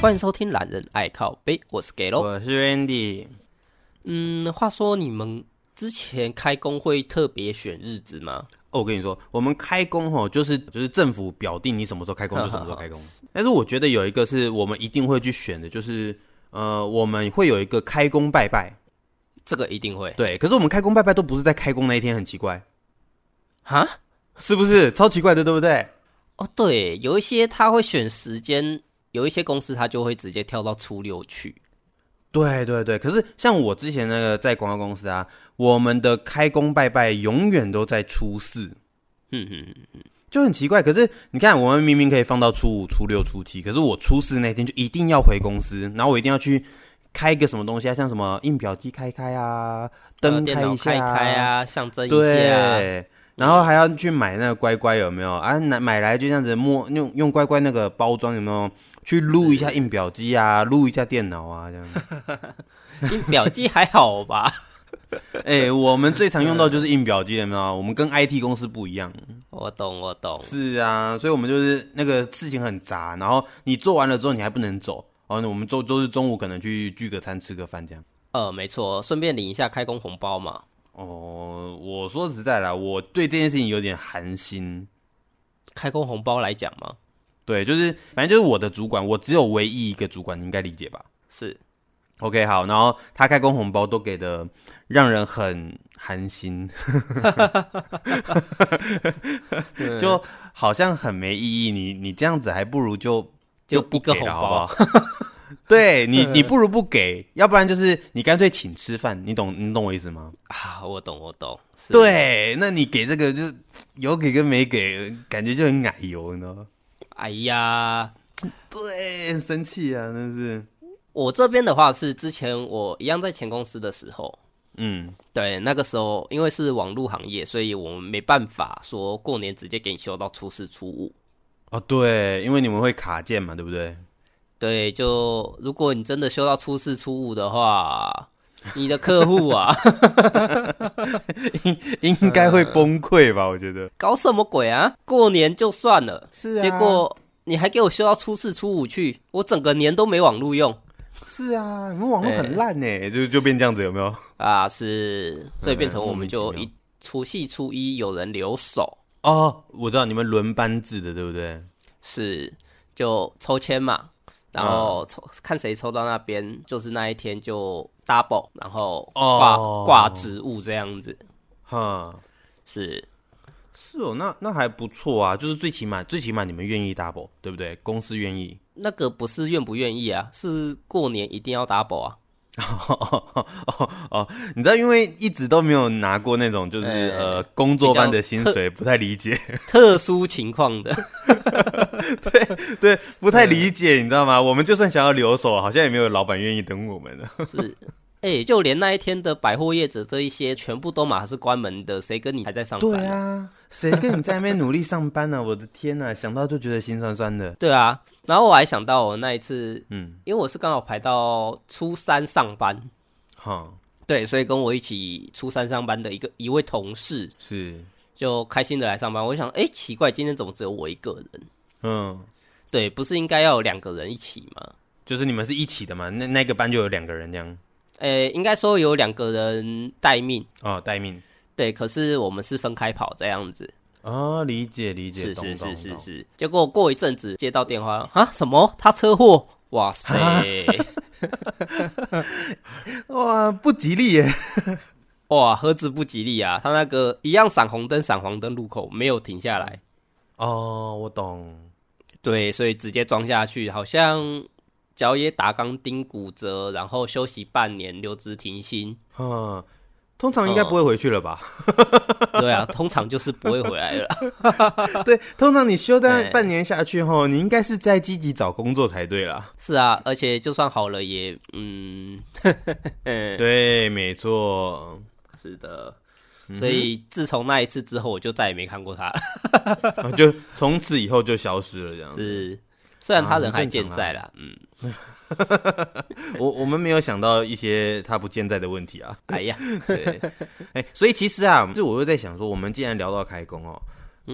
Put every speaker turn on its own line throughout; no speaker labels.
欢迎收听《懒人爱靠背》，我是 Gelo。
我是 Randy，
嗯，话说你们之前开工会特别选日子吗？
哦，我跟你说，我们开工吼，就是就是政府表定你什么时候开工就什么时候开工。但是我觉得有一个是我们一定会去选的，就是呃，我们会有一个开工拜拜。
这个一定会
对，可是我们开工拜拜都不是在开工那一天，很奇怪，
哈？
是不是？超奇怪的，对不对？
哦，对，有一些他会选时间，有一些公司他就会直接跳到初六去。
对对对。可是像我之前那个在广告公司啊，我们的开工拜拜永远都在初四。
嗯嗯嗯，
就很奇怪，可是你看，我们明明可以放到初五、初六、初七，可是我初四那天就一定要回公司，然后我一定要去开个什么东西啊，像什么印表机开开啊，
呃
灯
电
开
脑
一
开
下
一开，啊，象征一
对，
下啊。
然后还要去买那个乖乖有没有啊？买买来就这样子摸，用用乖乖那个包装有没有去录一下印表机啊，录一下电脑啊，这 样。
印表机还好吧？
哎、我们最常用到就是印表机了，有没有？我们跟 IT 公司不一样。
我懂，我懂。
是啊，所以我们就是那个事情很杂，然后你做完了之后你还不能走，然后我们周周日中午可能去聚个餐吃个饭这样。
呃，没错，顺便领一下开工红包嘛。
哦，我说实在啦，我对这件事情有点寒心。
开工红包来讲嘛，
对，就是反正就是我的主管，我只有唯一一个主管，你应该理解吧
是
？OK，好，然后他开工红包都给的让人很寒 心，就好像很没意义。你你这样子还不如就
就
不
一个
给
红
了，好
包
不好？ 对你，你不如不给，要不然就是你干脆请吃饭，你懂你懂我意思吗？
啊，我懂，我懂。是，
对，那你给这个就有给跟没给，感觉就很奶油，你知道吗？
哎呀，
对，很生气啊，真是，
我这边的话是之前我一样在前公司的时候，
嗯，
对，那个时候因为是网络行业，所以我们没办法说过年直接给你休到初四初五。
哦，对，因为你们会卡键嘛，对不对？
对，就如果你真的休到初四初五的话，你的客户啊，
应该会崩溃吧？我觉得
搞什么鬼啊？过年就算了，
是啊
结果你还给我休到初四初五去，我整个年都没网络用
是啊，你们网络
哎
很烂欸呢，就就变这样子，有没有？
啊，是，所以变成我们就
莫名其
一除夕初一有人留守，
哦，我知道你们轮班制的，对不对？
是就抽签嘛，然后抽、看谁抽到那边，就是那一天就 double，然后挂、
哦
挂职务这样子，
哈，
是
是哦，那那还不错啊，就是最起码最起码你们愿意 double，对不对？公司愿意。
那个不是愿不愿意啊，是过年一定要 double 啊，
哦哦哦，你知道，因为一直都没有拿过那种就是、
哎
呃工作班的
比较
薪
特
水，不太 理解，
特殊情况的，
对，不太理解，你知道吗？我们就算想要留守，好像也没有老板愿意等 我们的。
是。哎、就连那一天的百货业者这一些，全部都马上是关门的，谁跟你还在上班、
对啊，谁跟你在那边努力上班呢、啊我的天呐、想到就觉得心酸酸的。
对啊，然后我还想到我那一次，
嗯，
因为我是刚好排到初三上班，
哈，
对，所以跟我一起初三上班的一个一位同事
是，
就开心的来上班。我想，哎、奇怪，今天怎么只有我一个人？
嗯，
对，不是应该要有两个人一起吗？
就是你们是一起的嘛？那那个班就有两个人这样
呃、应该说有两个人待命，
哦，待命
对，可是我们是分开跑这样子，
哦，理解理解，
是
懂
是
懂
是是
懂
是。结果过一阵子接到电话，啊，什么？他车祸？哇塞！
哇，不吉利耶。
哇，何止不吉利啊！他那个一样闪红灯、闪黄灯路口没有停下来，
哦，我懂。
对，所以直接装下去，好像脚也打钢钉骨折，然后休息半年，留职停薪。
嗯，通常应该不会回去了吧？
对啊，通常就是不会回来了。
对，通常你休
哎
待半年下去后，你应该是在积极找工作才对啦。
是啊，而且就算好了也，嗯，
对，没错。
是的。
嗯
所以自从那一次之后，我就再也没看过他了。
啊就从此以后就消失了这样。
是，虽然他人
啊
还
很
健
正常啊
在啦，嗯，
我我们没有想到一些他不健在的问题 啊。
哎呀，
对，哎，所嗯以其实啊，这我又在想说，我们既然聊到开工哦，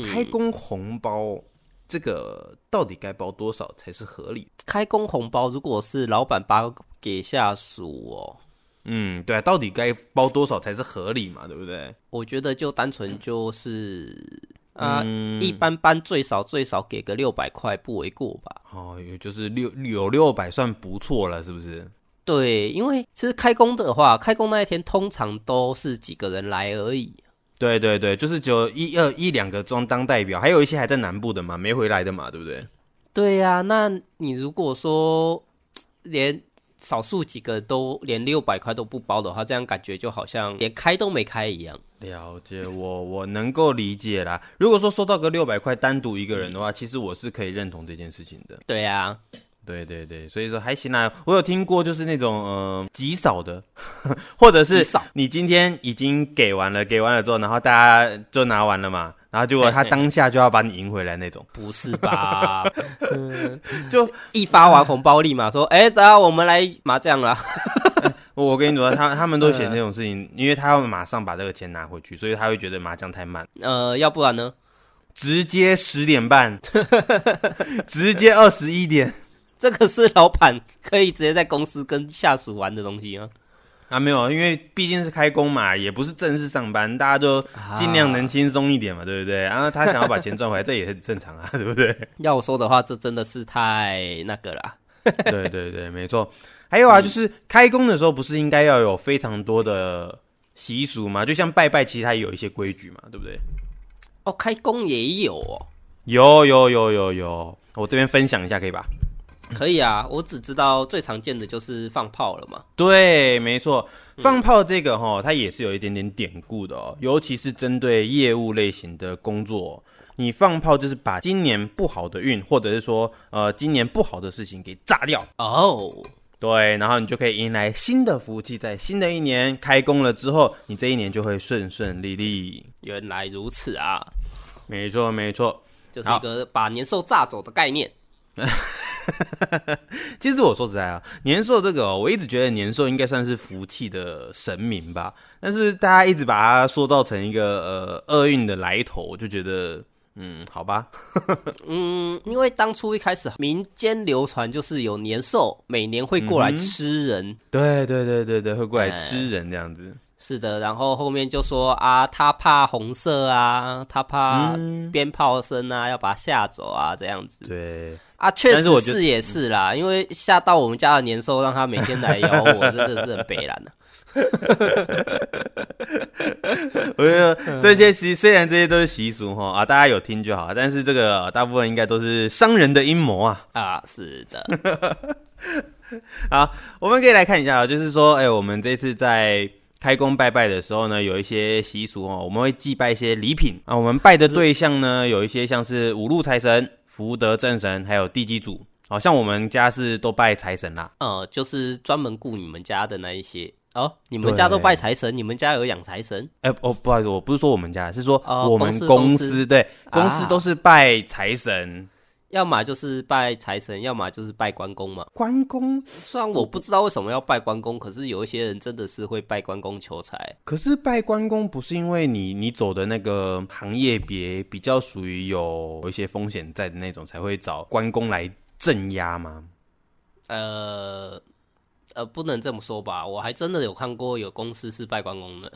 开工红包这个到底该包多少才是合理？
开工红包如果是老板包给下属哦，
嗯，对啊，到底该包多少才是合理嘛？对不对？
我觉得就单纯就是啊，
嗯
一般般最少最少给个六百块不为过吧。
哦，也就是六有六百算不错了，是不是？
对，因为其实开工的话，开工那一天通常都是几个人来而已。
对对对，就是只有一二一两个装当代表，还有一些还在南部的嘛，没回来的嘛，对不对？
对呀、那你如果说连少数几个都连六百块都不包的话，这样感觉就好像连开都没开一样。
了解我，我能够理解啦。如果说收到个六百块单独一个人的话，其实我是可以认同这件事情的。
对呀、
对对对，所以说还行啦。我有听过，就是那种呃极少的，或者
极
是
少
你今天已经给完了，给完了之后，然后大家就拿完了嘛，然后结果他当下就要把你赢回来那种。
不是吧？
就
一发完红包立马说：“哎、等下我们来麻将啦。
我跟你说，他他们都
嗯
写那种事情，因为他要马上把这个钱拿回去，所以他会觉得麻将太慢，”
呃，要不然呢？
直接十 点半，直接二十一点。
这个是老板可以直接在公司跟下属玩的东西吗？
啊，没有，因为毕竟是开工嘛，也不是正式上班，大家都尽量
啊
能轻松一点嘛，对不对？然后他想要把钱赚回来，这也很正常啊，对不对？
要我说的话，这真的是太那个啦。
对对对，没错。还有啊，就是开工的时候，不是应该要有非常多的习俗嘛？就像拜拜，其实它也有一些规矩嘛，对不对？
哦，开工也有哦，
有有有有有，我这边分享一下，可以吧？
可以啊。我只知道最常见的就是放炮了嘛。
对，没错，放炮这个哈、它也是有一点点典故的哦，尤其是针对业务类型的工作哦、你放炮就是把今年不好的运，或者是说呃今年不好的事情给炸掉，
哦，
对，然后你就可以迎来新的福气，在新的一年开工了之后，你这一年就会顺顺利利。
原来如此啊，
没错，没错。
就是一个把年兽炸走的概念。
其实我说实在啊，年兽这个哦、我一直觉得年兽应该算是福气的神明吧，但是大家一直把它塑造成一个呃厄运的来头，我就觉得嗯，好吧，
嗯，因为当初一开始民间流传就是有年兽每年会过来
嗯
吃人，
对对对对对，会过来吃人这样子。
是的，然后后面就说啊，他怕红色啊，他怕
嗯
鞭炮声啊，要把他吓走啊，这样子
对，
啊，确
但是我
实
觉得嗯
是也是啦，因为吓到我们家的年兽，让他每天来咬我，真的是很啊悲 然的、
我觉得这些习虽然这些都是习俗哈啊，大家有听就好，但是这个呃大部分应该都是商人的阴谋啊。
啊。是的，
我们可以来看一下啊，就是说，哎、我们这次在开工拜拜的时候呢，有一些习俗哦，我们会祭拜一些礼品啊。我们拜的对象呢，有一些像是五路财神、福德正神，还有地基主。好、像我们家是都拜财神啦。
呃，就是专门雇你们家的那一些哦，你们家都拜财神，你们家有养财神
哎、哦，不好意思，我不是说我们家，是说
哦
我们
公司
公
公
司
司
对公
啊
司都是拜财神、
要么就是拜财神，要么就是拜关公嘛。
关公。
虽然我不知道为什么要拜关公，可是有一些人真的是会拜关公求财。
可是拜关公不是因为你你走的那个行业别比较属于有一些风险在的那种，才会找关公来镇压吗？
呃呃，不能这么说吧，我还真的有看过有公司是拜关公的。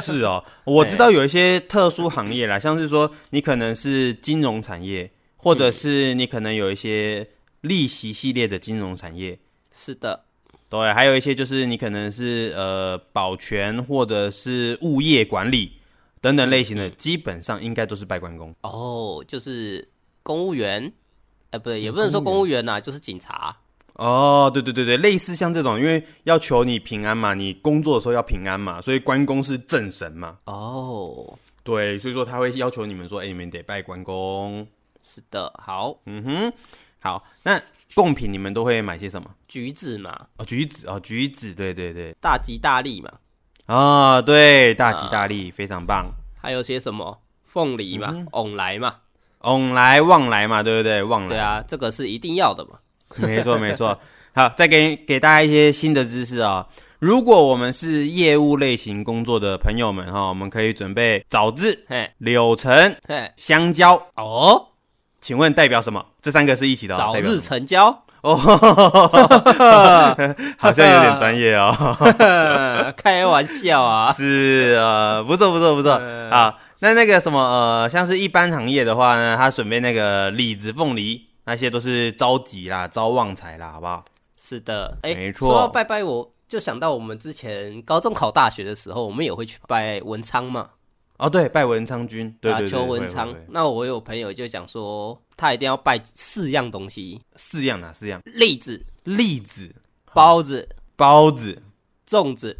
是哦，我知道有一些特殊行业啦，像是说你可能是金融产业，或者是你可能有一些利息系列的金融产业，
是的，
对，还有一些就是你可能是呃保全或者是物业管理等等类型的，基本上应该都是拜关公。
哦，就是公务员，呃，不对，也不能说公务员呐、就是警察。
哦，对对对对，类似像这种，因为要求你平安嘛，你工作的时候要平安嘛，所以关公是正神嘛，
哦，
对，所以说他会要求你们说，哎，你们得拜关公。
是的，好，
嗯哼，好，那贡品你们都会买些什么？
橘子嘛，
哦，橘子哦，橘子，对对对，
大吉大利嘛，
啊、对，大吉大利，非常棒。
还有些什么凤梨嘛，翁来嘛，
往来旺来嘛，对不对？旺
对
来，
啊，这个是一定要的嘛。
没错没错。 好，再给给大家一些新的知识啊、如果我们是业务类型工作的朋友们哈、我们可以准备枣子、
嘿，
柳橙、
嘿，
香蕉，
哦，
请问代表什么？这三个是一起的、哦，
早
代表
日
什么
成交，
好像有点专业哦。
开玩笑啊，
是呃，不错不错 不错啊。那那个什么呃，像是一般行业的话呢，他准备那个李子、凤梨那些都是招吉啦、招旺财啦，好不好？
是的，哎、
没错
说到拜拜，我就想到我们之前高中考大学的时候，我们也会去拜文昌嘛，
哦，对，拜文昌君，对
啊
对对，
求文
会
昌
会会。
那我有朋友就讲说，他一定要拜四样东西：
四样啦，四样，
栗子、
栗子、
包子、
包子、
粽子，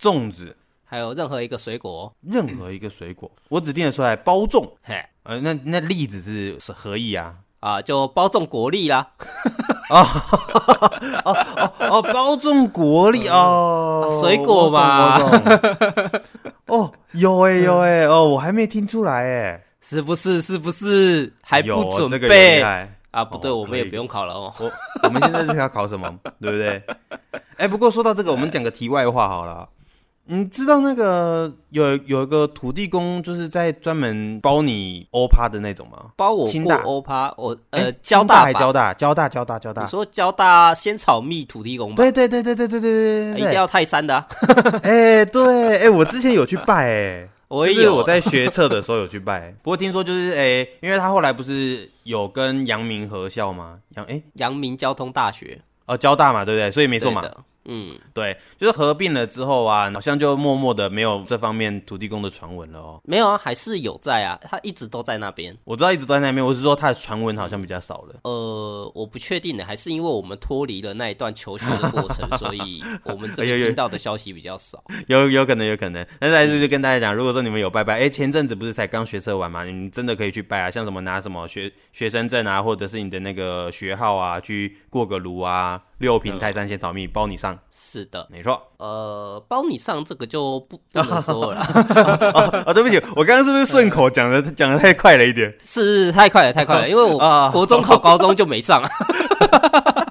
粽子，
还有任何一个水果。
任何一个水 果，我只定得出来包粽。
嘿，
呃，那那栗子是是何意啊？
啊，就包粽果粒啦。
哦，包粽果 粒哦，
呃水果嘛
我懂。我 懂哦，有哎、有哎、哦，我还没听出来哎、
是不是？是不是？还
有
不准
这
备、
个有厉害
啊？不对，
哦
我们也
可以
不用考了哦。
我我们现在是要考 什么，对不对？哎、不过说到这个，我们讲个题外话好了。你知道那个有有一个土地公，就是在专门包你欧趴的那种吗？
包我
清
过
大
欧趴，我
哎
呃交
清大
大
还
吧
交大，交大交大交
你
大，
说交大仙草蜜土地公吧，
对对对对对对对对
哎一
对
定
对，
要泰山的 啊、
哎对哎，我之前有去拜哎、
我
就
也
是
有啊
我在学测的时候有 去拜，不过听说就是诶、因为他后来不是有跟阳明合校吗？阳诶、
阳明交通大学，
哦交大嘛，对不对？所以没
没
错嘛，
的，嗯，
对，就是合并了之后啊，好像就默默的没有这方面土地公的传闻了哦。
没有啊，还是有在啊，他一直都在那边。
我知道一直都在那边，我是说他的传闻好像比较少了。
呃，我不确定的，还是因为我们脱离了那一段求学的过 程，所以我们这
哎呦
边
呦
听到的消息比较少。
有有可能，有可能。那再就是跟大家讲，如果说你们有拜拜，哎、前阵子不是才刚学车完嘛，你们真的可以去拜啊，像什么拿什么学学生证啊，或者是你的那个学号啊，去过个炉啊，六品泰山仙草蜜包你上，
是的，
没错。
呃，包你上这个就不不能说了啦，
哦哦，对不起，我刚刚是不是顺口讲的讲的太快了一点？
是太快了，太快了，因为
啊
我国中考高中就没上啊。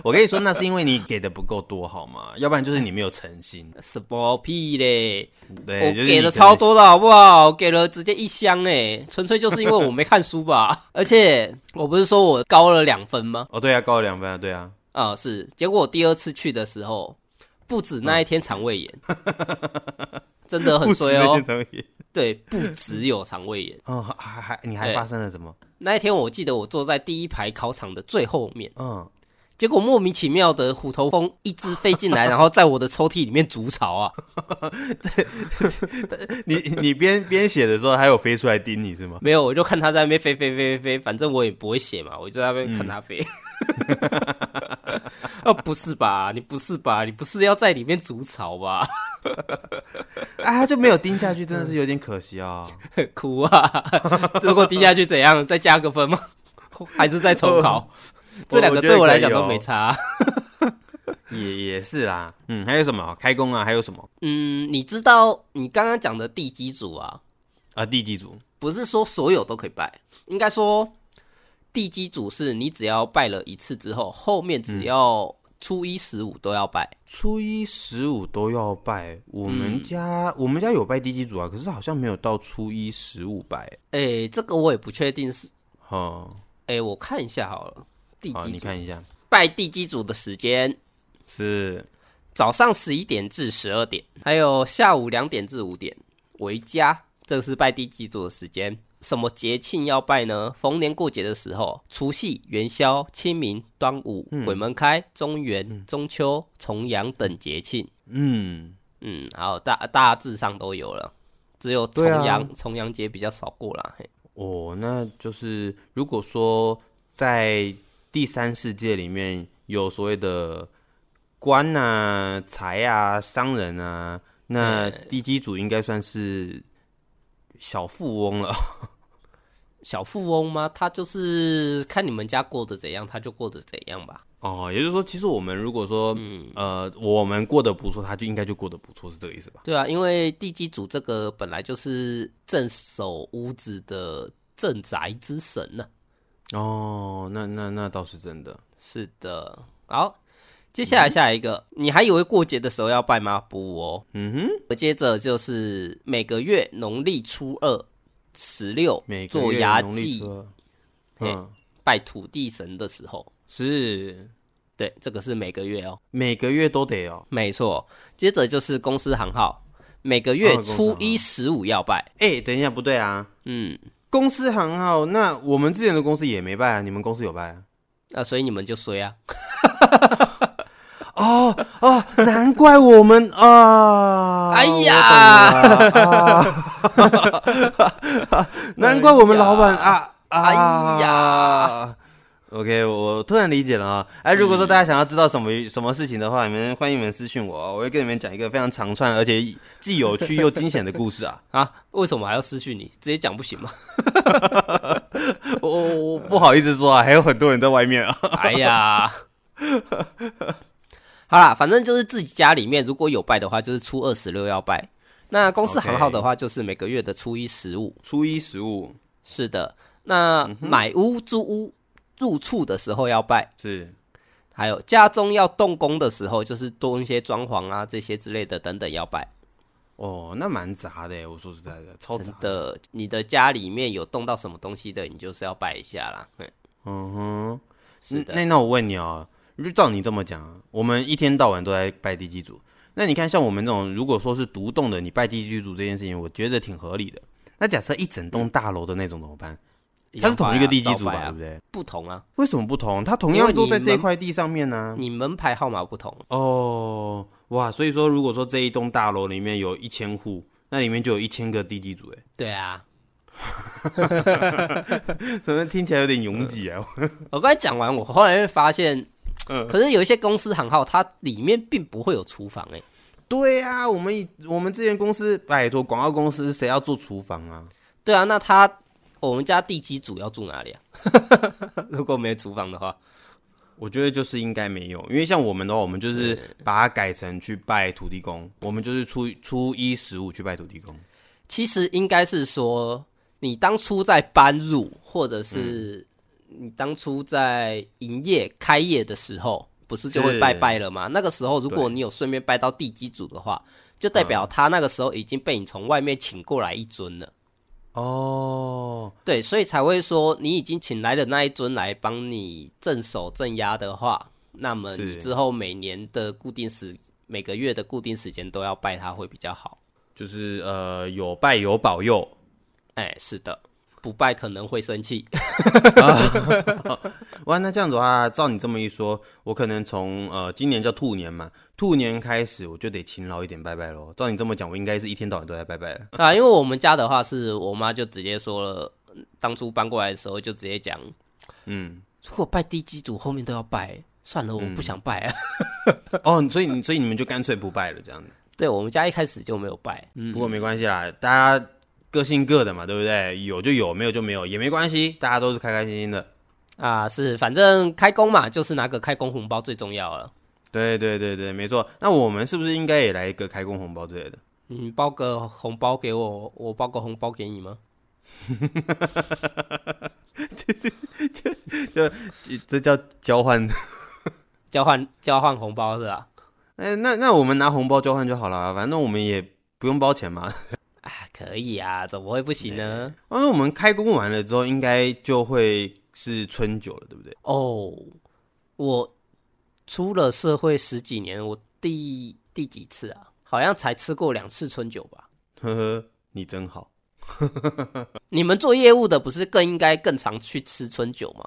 我跟你说，那是因为你给的不够多，好吗？要不然就是你没有诚心。
什么屁嘞！
对，
我
哎就是
给
你
了
可能
超多的好不好？我给了直接一箱哎，纯粹就是因为我没看书 吧。而且我不是说我高了两分吗？
哦，对啊，高了两分啊，对啊，
啊、是。结果我第二次去的时候，不止那一天肠胃 炎，真的很衰哦。
所以
对，不只有肠胃炎。
哦，还还你还
对
发生了什么？
那一天我记得我坐在第一排考场的最后面，
嗯，
结果莫名其妙的虎头蜂一只飞进 来，然后在我的抽屉里面筑巢啊。
你你边边写的时候还有飞出来叮你是吗？
没有，我就看它在那边飞飞飞飞飞，反正我也不会写嘛，我就在那边看它飞。 啊，不是吧？你不是吧？你不是要在里面筑巢吧？
啊，他就没有盯下去，真的是有点可惜啊、
哭啊！ 如果低下去怎样？再加个分吗？ 还是再重考？这两个对我来讲都没差。
也也是啦。嗯，还有什么开工啊？还有什么
嗯，你知道你刚刚讲的地基组啊，
啊？地基组
不是说所有都可以拜，应该说地基组是你只要拜了一次之后，后面只要初一十五都要拜。
初一十五都要拜，我们家、我们家有拜地基组啊，可是好像没有到初一十五拜。
诶、哎这个我也不确定是，
哦，
诶、我看一下好了。地
好，
基
你
组
看一下，
拜地基组的时间，
是
早上十一点至十二点，还有下午两点至五点为佳，这是拜地基组的时间。什么节庆要拜呢？逢年过节的时候，除夕、元宵、清明、端午、
嗯
鬼门开、中元、中秋、重阳等节庆。
嗯，
嗯，还有大大致上都有了，只有重
对啊
阳、重阳节比较少过啦。嘿，
哦，那就是如果说在第三世界里面有所谓的官啊、财啊、商人啊，那地基主应该算是小富翁了。
小富翁吗？他就是看你们家过得怎样，他就过得怎样吧。
哦，也就是说，其实我们如果说，
嗯
呃，我们过得不错，他就应该就过得不错，是这个意思吧？
对啊，因为地基主这个本来就是镇守屋子的镇宅之神呢、
哦，那那那倒是真的。
是的，好，接下来下一个，你还以为过节的时候要拜吗？不哦，
嗯哼，
接着就是每个月农历初二、十六
每个
做
月
牙
农历
祭
初，二
嘿
嗯，
拜土地神的时候，
是
对，这个是每个月哦，
每个月都得哦。
没错。接着就是公司行号，每个月
哦公司
初
行
一十五要拜，
哎、等一下，不对啊，
嗯，
公司行号，那我们之前的公司也没拜啊，你们公司有拜啊？
那所以你们就衰啊，
哦哦， 难怪我们啊！
哎呀
我懂了 啊难怪我们老板啊啊！
哎呀
，OK，我突然理解了啊！哎，如果说大家想要知道什么什么事情的话，你们欢迎你们私信我啊，我会跟你们讲一个非常长串而且既有趣又惊险的故事 啊！
啊，为什么还要失去你？直接讲不行 吗？
我我我不好意思说啊，还有很多人在外面啊。
哎呀，好啦，反正就是自己家里面如果有拜的话，就是初二十六要拜。那公司行号的话，就是每个月的初一十五。
初一十五
是的，那
嗯
买屋、租屋、住处的时候要拜，
是
还有家中要动工的时候，就是动一些装潢啊这些之类的等等要拜。
哦，那蛮杂的耶，我说实在的，超杂
哦真。的，你的家里面有动到什么东西的，你就是要拜一下啦。嘿
嗯哼。
是的，
那那我问你哦，就照你这么讲，我们一天到晚都在拜地基主，那你看像我们这种，如果说是独栋的，你拜地基主这件事情，我觉得挺合理的。那假设一整栋大楼的那种怎么
嗯
办？它是同一个地基主
要
吧，
拜
对
啊
不对？
不同啊，
为什么不同？它同样
因为
都在
你们嗯
这块地上面呢、
你门牌号码不同。
哦，哇，所以说如果说这一栋大楼里面有一千户，那里面就有一千个地基主，哎，
对啊，
怎么听起来有点拥挤啊？
我刚才讲完，我后来会发现，
嗯
可是有一些公司行号，它里面并不会有厨房哎、欸
对呀、我们以我们之前公司，拜托广告公司谁要做厨房啊？
对啊，那他我们家地基主要住哪里啊？ 如果没厨房的话，
我觉得就是应该没有，因为像我们的话，我们就是把它改成去拜土地公，我们就是初初一十五去拜土地公。
其实应该是说，你当初在搬入，或者
嗯
是你当初在营业开业的时候，不是就会
是
拜拜了吗？那个时候，如果
对
你有顺便拜到地基主的话，就代表他那个时候已经被你从外面请过来一尊了。
哦，
对，所以才会说你已经请来的那一尊来帮你镇守镇压的话，那么
是
你之后每年的固定时、每个月的固定时间都要拜他会比较好。
就是呃，有拜有保佑。
哎，是的，不拜可能会生气。
哇，那这样子的话，照你这么一说，我可能从呃今年叫兔年嘛，兔年开始我就得勤劳一点拜拜咯。照你这么讲，我应该是一天到晚都在拜拜了。
啊，因为我们家的话是我妈就直接说了，嗯当初搬过来的时候就直接讲，
嗯，
如果拜地基主后面都要拜，算了，我不想拜、啊。
哦，所以你所以你们就干脆不拜了这样子。
对我们家一开始就没有拜，嗯，
不过没关系啦，大家各信各的嘛，对不对？有就有，没有就没有，也没关系，大家都是开开心心的。
啊是，反正开工嘛，就是拿个开工红包最重要了。
对对对对，没错。那我们是不是应该也来一个开工红包之类的？
你包个红包给我，我包个红包给你吗？
这叫交换。
交换交换红包是吧？
哎，那那我们拿红包交换就好了，反正我们也不用包钱嘛。
啊，可以啊，怎么会不行呢？
哦，那我们开工完了之后，应该就会是春酒了，对不对？
哦，我出了社会十几年，我第第几次啊？好像才吃过两次春酒吧。
呵呵，你真好。
你们做业务的不是更应该更常去吃春酒吗？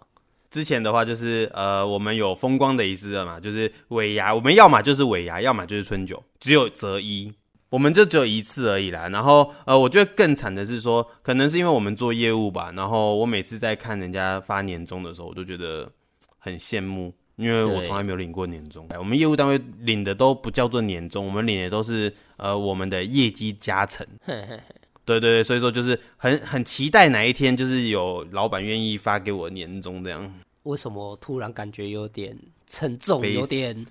之前的话就是呃，我们有风光的一次了嘛，就是尾牙，我们要么就是尾牙，要么就是春酒，只有择一，我们就只有一次而已啦。然后呃，我觉得更惨的是说，可能是因为我们做业务吧，然后我每次在看人家发年终的时候，我都觉得很羡慕。因为我
对
从来没有领过年终，哎我们业务单位领的都不叫做年终，我们领的都是呃我们的业绩加成。对对对，所以说就是很很期待哪一天就是有老板愿意发给我年终这样。
为什么突然感觉有点沉重，
悲
有点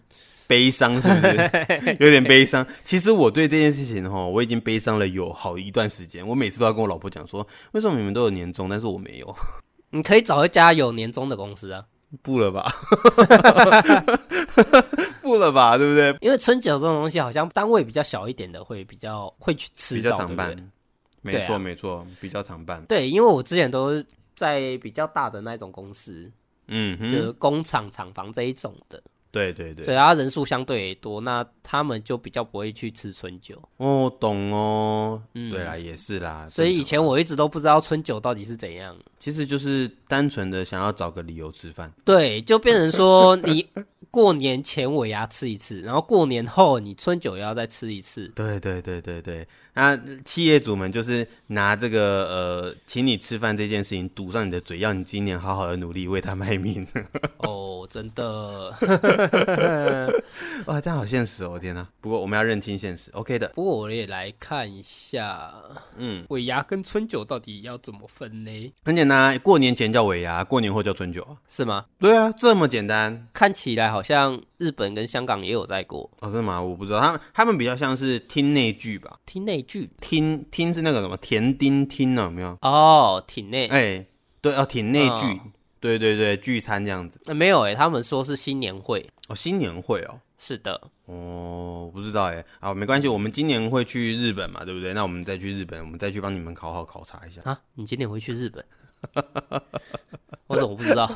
悲伤是不 是？有点悲伤。其实我对这件事情哈，我已经悲伤了有好一段时间。我每次都要跟我老婆讲说，为什么你们都有年终，但是我没有？
你可以找一家有年终的公司啊，
不了吧， 不了吧，对不对？
因为春酒这种东西好像单位比较小一点的会比较会去吃
比
到，
较常
对不对
办，没
对
错
啊
没错，比较常办。
对，因为我之前都在比较大的那种公司，
嗯
就是
哼，
工厂、厂房这一种的，
对对
所
对，
以他人数相对也多，那他们就比较不会去吃春酒。
哦，懂哦，
嗯
对啦，也是啦，
所以以
正常
前我一直都不知道春酒到底是怎样。
其实就是单纯的想要找个理由吃饭，
对，就变成说你过年前尾牙吃一次，然后过年后你春酒也要再吃一次。
对对对对对，那企业主们就是拿这个呃，请你吃饭这件事情堵上你的嘴，要你今年好好的努力为他卖命。
哦，真的。
哇，这样好现实哦，天哪！不过我们要认清现实，OK 的。
不过我也来看一下
嗯，
尾牙跟春酒到底要怎么分呢？
很简单，啊过年前叫尾牙，过年后叫春酒啊。
是吗？
对啊，这么简单
看起来好像日本跟香港也有在过
哦？是吗？我不知道，他们他们比较像是听内剧吧，
听内剧
听听是那个什么田丁听啊呢、有没有？
哦，挺内、
哎、对哦，挺内剧，
哦
对对对，聚餐这样子。
呃没有诶、他们说是新年会。
哦，新年会哦。
是的，，
哦，不知道哎，啊，没关系，我们今年会去日本嘛，对不对？那我们再去日本，我们再去帮你们考好考察一下
啊，你今年回去日本？ 我怎么不知道？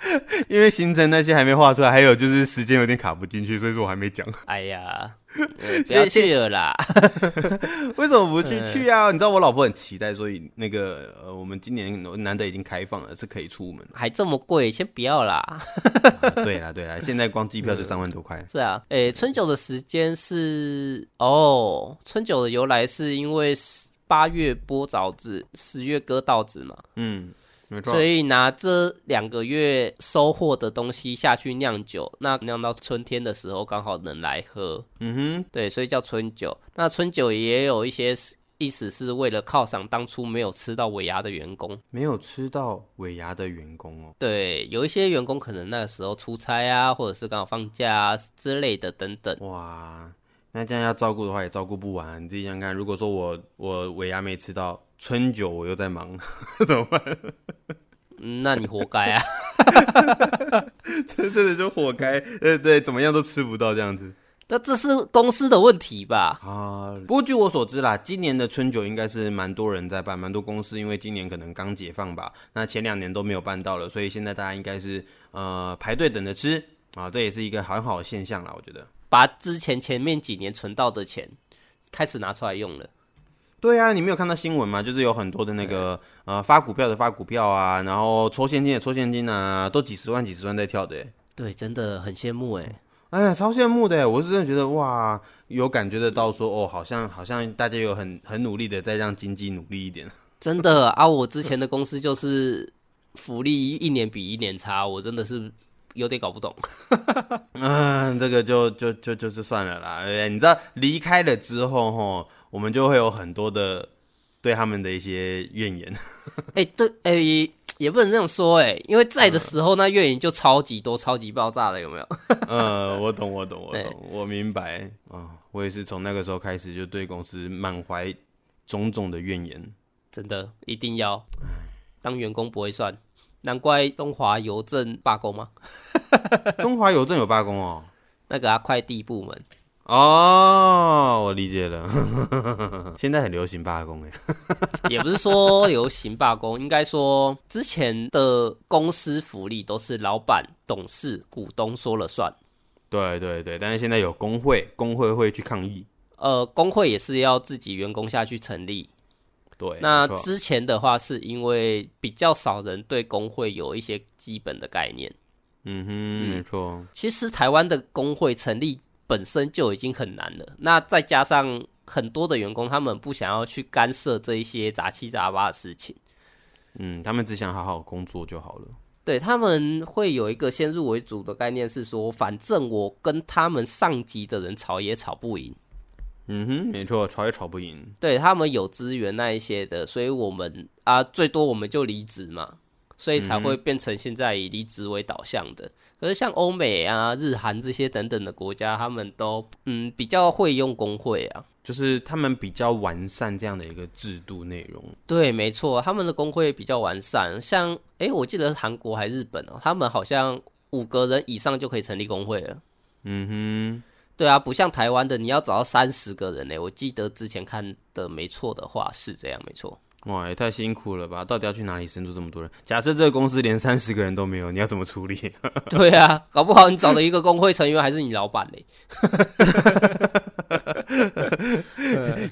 因为行程那些还没画出来，还有就是时间有点卡不进去，所以说我还没讲。
哎呀，呃不要去了啦！。
为什么不 去去啊？你知道我老婆很期待，所以那个呃，我们今年难得已经开放了，是可以出门
还这么贵，先不要啦。
啊对啦对啦，现在光机票就三万多块。
是啊，诶、春酒的时间是哦，春酒的由来是因为八月播枣子，十月割稻子嘛，
嗯，没错
所。以拿这两个月收获的东西下去酿酒，那酿到春天的时候刚好能来喝，
嗯
对，所以叫春酒。那春酒也有一些是意思是为了犒赏当初没有吃到尾牙的员工。
哼，没有吃到尾牙的员工哦。
对，有一些员工可能那时候出差啊，或者是刚好放假啊之类的等等。
哇，那这样要照顾的话也照顾不完。你自己想想看，如果说我我尾牙没吃到，春酒我又在忙， 怎么办？
嗯那你活该啊！
这真的就活该。呃，对，怎么样都吃不到这样子
那这是公司的问题吧？
啊。不过据我所知啦，今年的春酒应该是蛮多人在办，蛮多公司因为今年可能刚解放吧，那前两年都没有办到了，所以现在大家应该是呃排队等着吃啊，这也是一个很好的现象啦，我觉得。
把之前前面几年存到的钱开始拿出来用了。
对啊，你没有看到新闻吗？就是有很多的那个呃发股票的发股票啊，然后抽现金的抽现金啊，都几十万几十万在跳的欸耶，
对，真的很羡慕哎、
哎呀，超羡慕的耶！我是真的觉得哇，有感觉得到说哦，好像好像大家有很很努力的在让经济努力一点。
真的 啊！我之前的公司就是福利一年比一年差，我真的是有点搞不懂。
嗯，这个就就就就是算了啦。哎，你知道离开了之后吼，我们就会有很多的对他们的一些怨言。
哎、对，哎、也不能这样说哎、因为在的时候那月影就超级多、超级爆炸了，有没有？
嗯，我懂，我懂，我
对
懂，我明白啊、我也是从那个时候开始就对公司满怀种种的怨言。
真的一定要当员工不会算，难怪中华邮政罢工吗？
中华邮政有罢工哦。
那个啊，快递部门
哦，我理解了。 现在很流行罢工哎，
也不是说 流行罢工，应该说之前的公司福利都是老板、董事、股东说了算，
对对对，但是现在有工会，工会会去抗议。
呃，工会也是要自己员工下去成立。
对，
那
没错
之前的话，是因为比较少人对工会有一些基本的概念。
嗯哼，没错，
其实台湾的工会成立本身就已经很难了，那再加上很多的员工，他们不想要去干涉这一些杂七杂八的事情，
嗯，他们只想好好工作就好了。
对他们会有一个先入为主的概念，是说反正我跟他们上级的人吵也吵不赢，
嗯哼，没错，吵也吵不赢。
对他们有资源那一些的，所以我们啊最多我们就离职嘛，所以才会变成现在以离职为导向的。可是像欧美啊、日韩这些等等的国家，他们都嗯比较会用工会啊。
就是他们比较完善这样的一个制度内容，
对，没错，他们的工会比较完善。像，诶，我记得是韩国还是日本哦，他们好像五个人以上就可以成立工会了。
嗯
对啊，不像台湾的，你要找到三十个人呢。我记得之前看的没错的话是这样，没错。
哼，哇，也太辛苦了吧！到底要去哪里生出这么多人？假设这个公司连三十个人都没有，你要怎么处理？
对啊，搞不好你找的一个工会成员还是你老板嘞。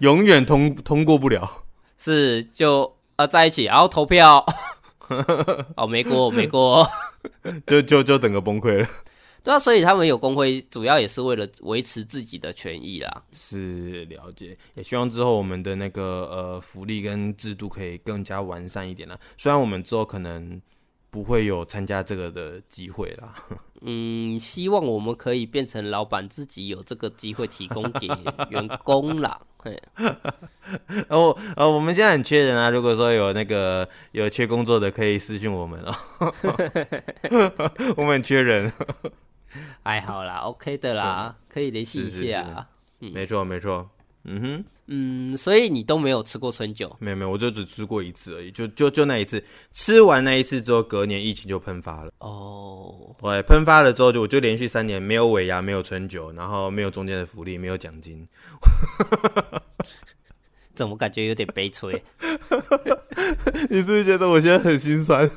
永远通通过不了。
是就呃在一起，然后投票。哦，没过，没过。
就就就整个崩溃了。
对啊，所以他们有工会，主要也是为了维持自己的权益啦。
是了解，也希望之后我们的那个呃福利跟制度可以更加完善一点啦。虽然我们之后可能不会有参加这个的机会啦，
嗯，希望我们可以变成老板自己有这个机会提供给员工 啦。嘿，
哦呃，我们现在很缺人啊，如果说有那个有缺工作的，可以私信我们哦。 我们很缺人，
还好啦，OK 的啦，可以联系一
是 是
下啊。
没错没错。嗯哼，
嗯，所以你都没有吃过春酒，
没有没有，我就只吃过一次而已，就就就那一次，吃完那一次之后，隔年疫情就喷发了。
哦，
对，喷发了之后就我就连续三年没有尾牙，没有春酒，然后没有中间的福利，没有奖金，
怎么感觉有点悲催？
你是不是觉得我现在很心酸？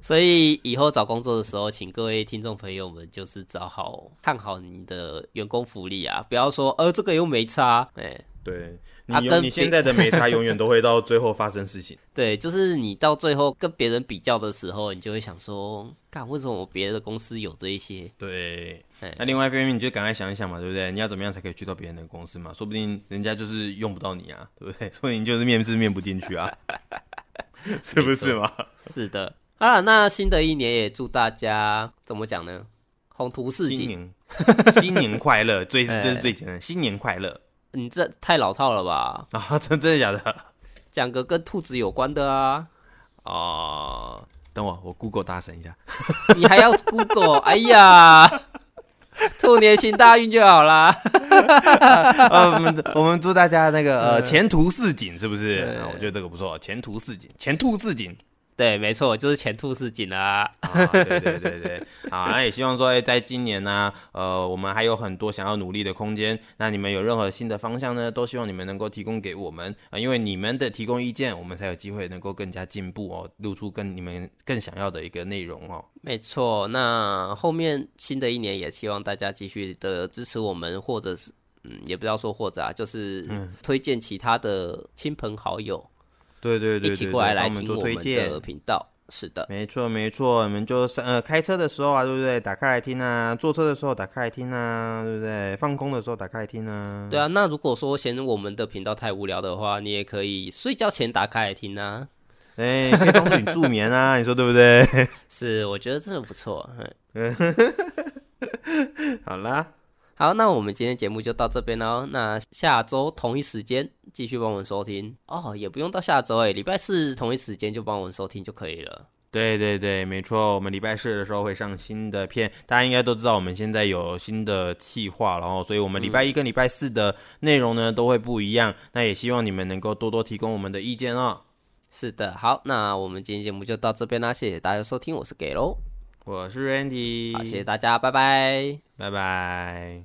所以以后找工作的时候，请各位听众朋友们就是找好看好你的员工福利啊，不要说呃这个又没差，哎、
对你
啊
永、
跟
你
别
现在的美差永远都会到最后发生事情。
对，就是你到最后跟别人比较的时候，你就会想说，干为什么别的公司有这一些？
对
哎，
那另外一方面你就赶快想一想嘛，对不对？你要怎么样才可以去到别人的公司嘛？说不定人家就是用不到你啊，对不对？ 所以你就是面试面不进去啊， 是不是嘛？
是的，啊，那新的一年也祝大家怎么讲呢？宏图世
新
景，
年 新年快乐，最这是最简单的，新年快乐
你这太老套了吧？
啊！ 真真的假的？
讲个跟兔子有关的啊。
哦，等我，我 Google 大神一下。
你还要 Google？哎 呀，兔年行大运就好啦。
呃，我们我们祝大家那个呃前途似锦，是不是？啊我觉得这个不错，前途似锦，前途似锦。
对，没错，就是前兔似锦啦。
啊，对对对对， 啊，那也希望说，哎，在今年呢、呃，我们还有很多想要努力的空间。那你们有任何新的方向呢，都希望你们能够提供给我们啊、因为你们的提供意见，我们才有机会能够更加进步哦，露出跟你们更想要的一个内容哦。
没错，那后面新的一年也希望大家继续的支持我们，或者是嗯，也不要说或者啊，就是
嗯
推荐其他的亲朋好友
对对对
一
对
起
对，
过来
帮
来
我们
听
做
我
推
们
荐
的。频道。是的，
没错没错，你们就是呃开车的时候啊，对不对？打开来听啊，坐车的时候打开来听啊，对不对？放空的时候打开来听啊。
对啊。那如果说嫌我们的频道太无聊的话，你也可以睡觉前打开来听啊。
哎、可以帮助你助 眠啊，你说对不对？
是，我觉得真的不错。嗯
好啦。
好，那我们今天节目就到这边喽。那下周同一时间继续帮我们收听哦，也不用到下周诶，礼拜四同一时间就帮我们收听就可以了。
对对对，没错，我们礼拜四的时候会上新的片，大家应该都知道我们现在有新的企划，然后，所以我
嗯
们礼拜一跟礼拜四的内容呢、都会不一样，那也希望你们能够多多提供我们的意见哦。
是的，好，那我们今天节目就到这边啦，谢谢大家收听，我是给喽，
我是 Randy，
好，谢谢大家，拜拜。
拜拜。